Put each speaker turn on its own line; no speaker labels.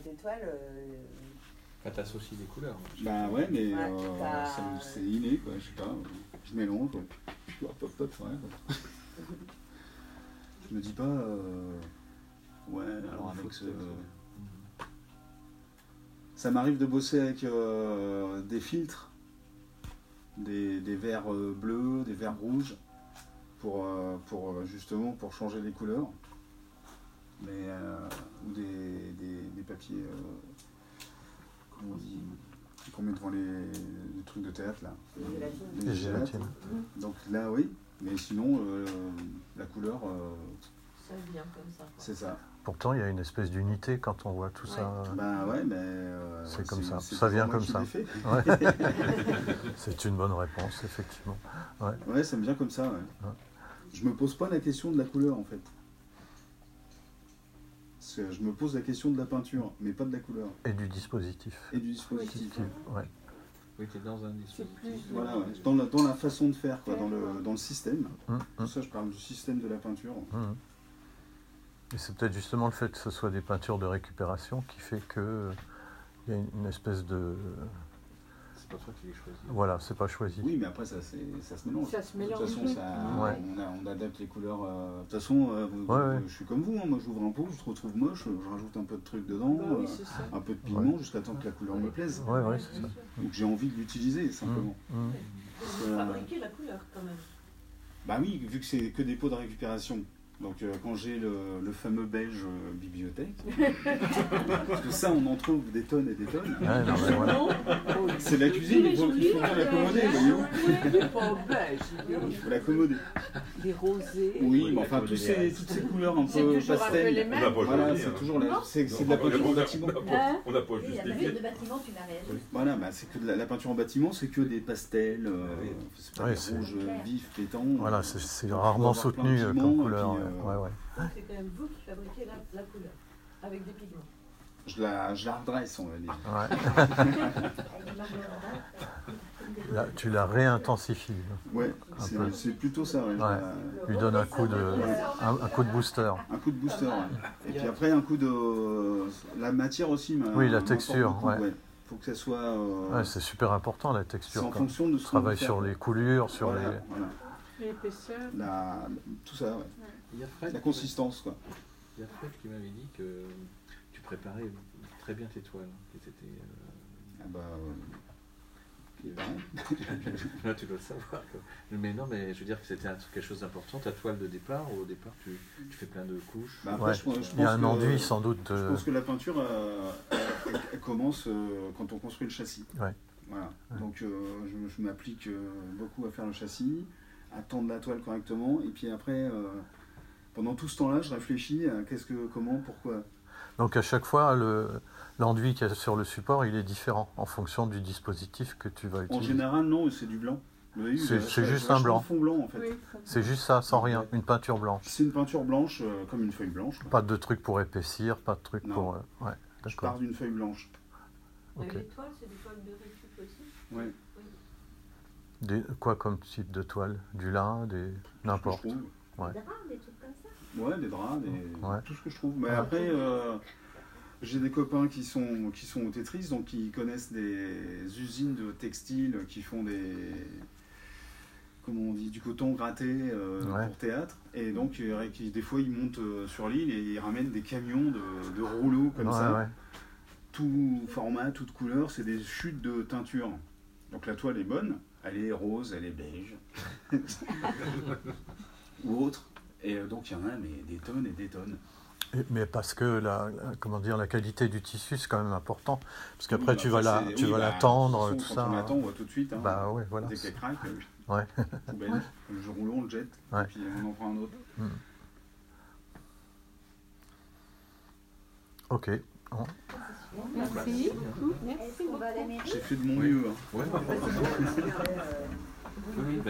de toile, euh,
Enfin, t'associes des couleurs.
Bah ouais, mais
Ouais,
euh,
bah-
ça- c'est inné, quoi, je sais pas. Je mélange, puis hop, hop, hop, ouais. quoi. je me dis pas, euh, ouais, alors euh, avec ce... Ça m'arrive de bosser avec euh, des filtres, des, des verts euh, bleus, des verts rouges, pour, euh, pour euh, justement pour changer les couleurs, mais euh, ou des, des, des papiers, euh, comment on dit, qu'on met devant les, les trucs de théâtre là.
Les gélatines.
Les
Les
gélates.
gélatines.
Donc là oui, mais sinon euh, la couleur, euh,
Ça vient comme ça. quoi.
c'est ça.
Pourtant, il y a une espèce d'unité quand on voit tout ça.
Bah ouais, mais euh,
C'est comme ça.
c'est
Ça vient
toujours moi
comme
qui
ça.
l'ai fait.
Ouais. C'est une bonne réponse, effectivement.
Ouais, ça me vient comme ça. ouais.
Ouais.
Je me pose pas la question de la couleur en fait. Parce que je me pose la question de la peinture, mais pas de la couleur
Et du dispositif.
et du dispositif.
Ouais.
Oui, t'es dans un
c'est plus.
dispositif.
Voilà, ouais. dans, la, dans la façon de faire, quoi, dans, le, dans le système.
Hum, hum,
Pour ça, je parle du système de la peinture.
hum. Et c'est peut-être justement le fait que ce soit des peintures de récupération qui fait que euh, il y a une une espèce de
C'est pas toi qui les choisis.
Ah
voilà, c'est pas choisi.
Oui, mais après, ça, c'est- ça se mélange.
Ça se
De toute
mélange.
façon, ça-
Ouais.
on, a- on adapte les couleurs. euh, De toute façon, euh, vous-
Ouais, ouais.
je suis comme vous, hein, moi j'ouvre un pot, je retrouve moche, euh, je rajoute un peu de trucs dedans,
Bah oui,
euh,
c'est ça.
un peu de piment jusqu'à temps que la couleur me plaise.
Ouais, ouais, c'est ça.
bien sûr.
Donc j'ai envie de l'utiliser
Hum,
simplement.
hum.
Vous fabriquez la couleur quand même.
Bah oui, vu que c'est que des pots de récupération. Donc euh, quand j'ai le, le fameux belge euh, bibliothèque, parce que ça on en trouve des tonnes et des tonnes,
Ouais, non, mais voilà.
c'est de la cuisine, il faut, il faut bien l'accommoder, voyons. Il faut l'accommoder.
Les rosés.
Oui, mais enfin tous ces- toutes ces couleurs un
C'est
peu
toujours un peu les
pastel.
On
mêmes.
n'a pas
Voilà,
choisi.
c'est
hein.
toujours la,
Non.
c'est, c'est de
Non,
la peinture
on
en
n'a-
bâtiment.
on n'a-
Hein
On n'a pas
Oui, la
justifié.
peinture de bâtiment, tu l'as réagi.
Voilà, bah, c'est que de la, la peinture en bâtiment, c'est que des pastels, euh,
Oui.
c'est pas
Ouais,
des
c'est-
rouges euh, vifs, pétants.
Voilà,
euh,
c'est-
on
c'est
peut
rarement
avoir plein de
soutenu euh, comme
pigments, et
couleur.
puis,
ouais.
euh,
Ouais, ouais.
C'est quand même vous qui fabriquez la, la couleur avec des pigments.
Je la, je la redresse, on va dire.
Ouais.
Avec des marques de rondin,
Là, tu la réintensifies.
Ouais,
Un
c'est,
peu.
c'est plutôt ça. ouais, je
Ouais.
la-
Lui donne un coup de un, un coup de booster.
Un coup de booster. ouais. Et puis après, un coup de. euh, La matière aussi. euh, m'a-
Oui, la
m'importe
texture,
beaucoup,
ouais.
Faut que ça soit. euh,
Ouais, c'est super important la
c'est
texture.
en
Quand on
fonction de ce qu'on veut
travaille
faire.
sur les coulures, sur
Voilà,
les
voilà.
L'épaisseur.
La- tout ça, ouais.
Il y a Fred,
La
qui-
consistance, quoi.
il y a Fred qui m'avait dit que tu préparais très bien tes toiles. Que t'étais, euh,
Ah bah. euh, ouais.
Là, tu dois le savoir. quoi. Mais non, mais je veux dire que c'était un truc- quelque chose d'important. Ta toile de départ, au départ, tu, tu fais plein de couches.
Bah, après,
Ouais.
je, pense- je
Il y a
pense
un
que-
enduit sans doute.
Je
euh,
pense que la peinture, euh, elle, elle commence euh, quand on construit le châssis.
Ouais.
Voilà.
Ouais.
Donc euh, je, je m'applique euh, beaucoup à faire le châssis, à tendre la toile correctement, et puis après, euh, pendant tout ce temps-là, je réfléchis à qu'est-ce que, comment, pourquoi.
Donc à chaque fois, le- l'enduit qu'il y a sur le support, il est différent en fonction du dispositif que tu vas
En
utiliser.
général, non, c'est du blanc. Vous voyez,
C'est-
je-
c'est
je-
juste
je-
un
je-
blanc.
fond blanc en fait.
Oui.
C'est juste ça, sans rien, une peinture blanche.
C'est une peinture blanche, euh, comme une feuille blanche. quoi.
Pas de truc pour épaissir, pas de truc
Non.
pour. euh, Ouais,
Je pars
d'accord.
d'une feuille blanche.
Mais
Ok.
Les toiles, c'est des toiles de récup aussi.
Ouais,
Des- Quoi comme type de toile Du lin, des n'importe.
je trouve.
Ouais.
des draps, des trucs comme ça.
Ouais, des draps, des...
Ouais.
tout ce que je trouve. Mais après, euh, j'ai des copains qui sont, qui sont au Tetris, donc ils connaissent des usines de textiles qui font des. Comment on dit Du coton gratté euh,
Ouais.
pour théâtre. Et donc, euh, qui- des fois, ils montent euh, sur l'île et ils ramènent des camions de, de rouleaux comme
Ouais,
ça.
ouais.
Tout format, toute couleur, c'est des chutes de teinture. Donc la toile est bonne, elle est rose, elle est beige, ou autre. Et euh, donc il y en a mais des tonnes et des tonnes.
Et- mais parce que la, la- comment dire, la qualité du tissu, c'est quand même important. Parce qu'après,
Oui,
tu
bah,
vas la,
c'est-
tu
oui,
vas
bah,
l'attendre,
de toute façon,
tout ça.
Quand on l'attend, on voit tout de suite. Hein,
Bah ouais, voilà.
Dès qu'elle craque, euh,
Ouais.
poubelle, je roule, on le jette,
Ouais.
puis on en prend un autre.
Ok.
bah,
Merci.
Ah, Est-ce qu'on va à la mairie
J'ai fait de mon
Oui.
mieux. hein.
Bah,
Ouais, ouais, ouais.
Parce que moi, je regardais, euh,
Oui, oui, bah,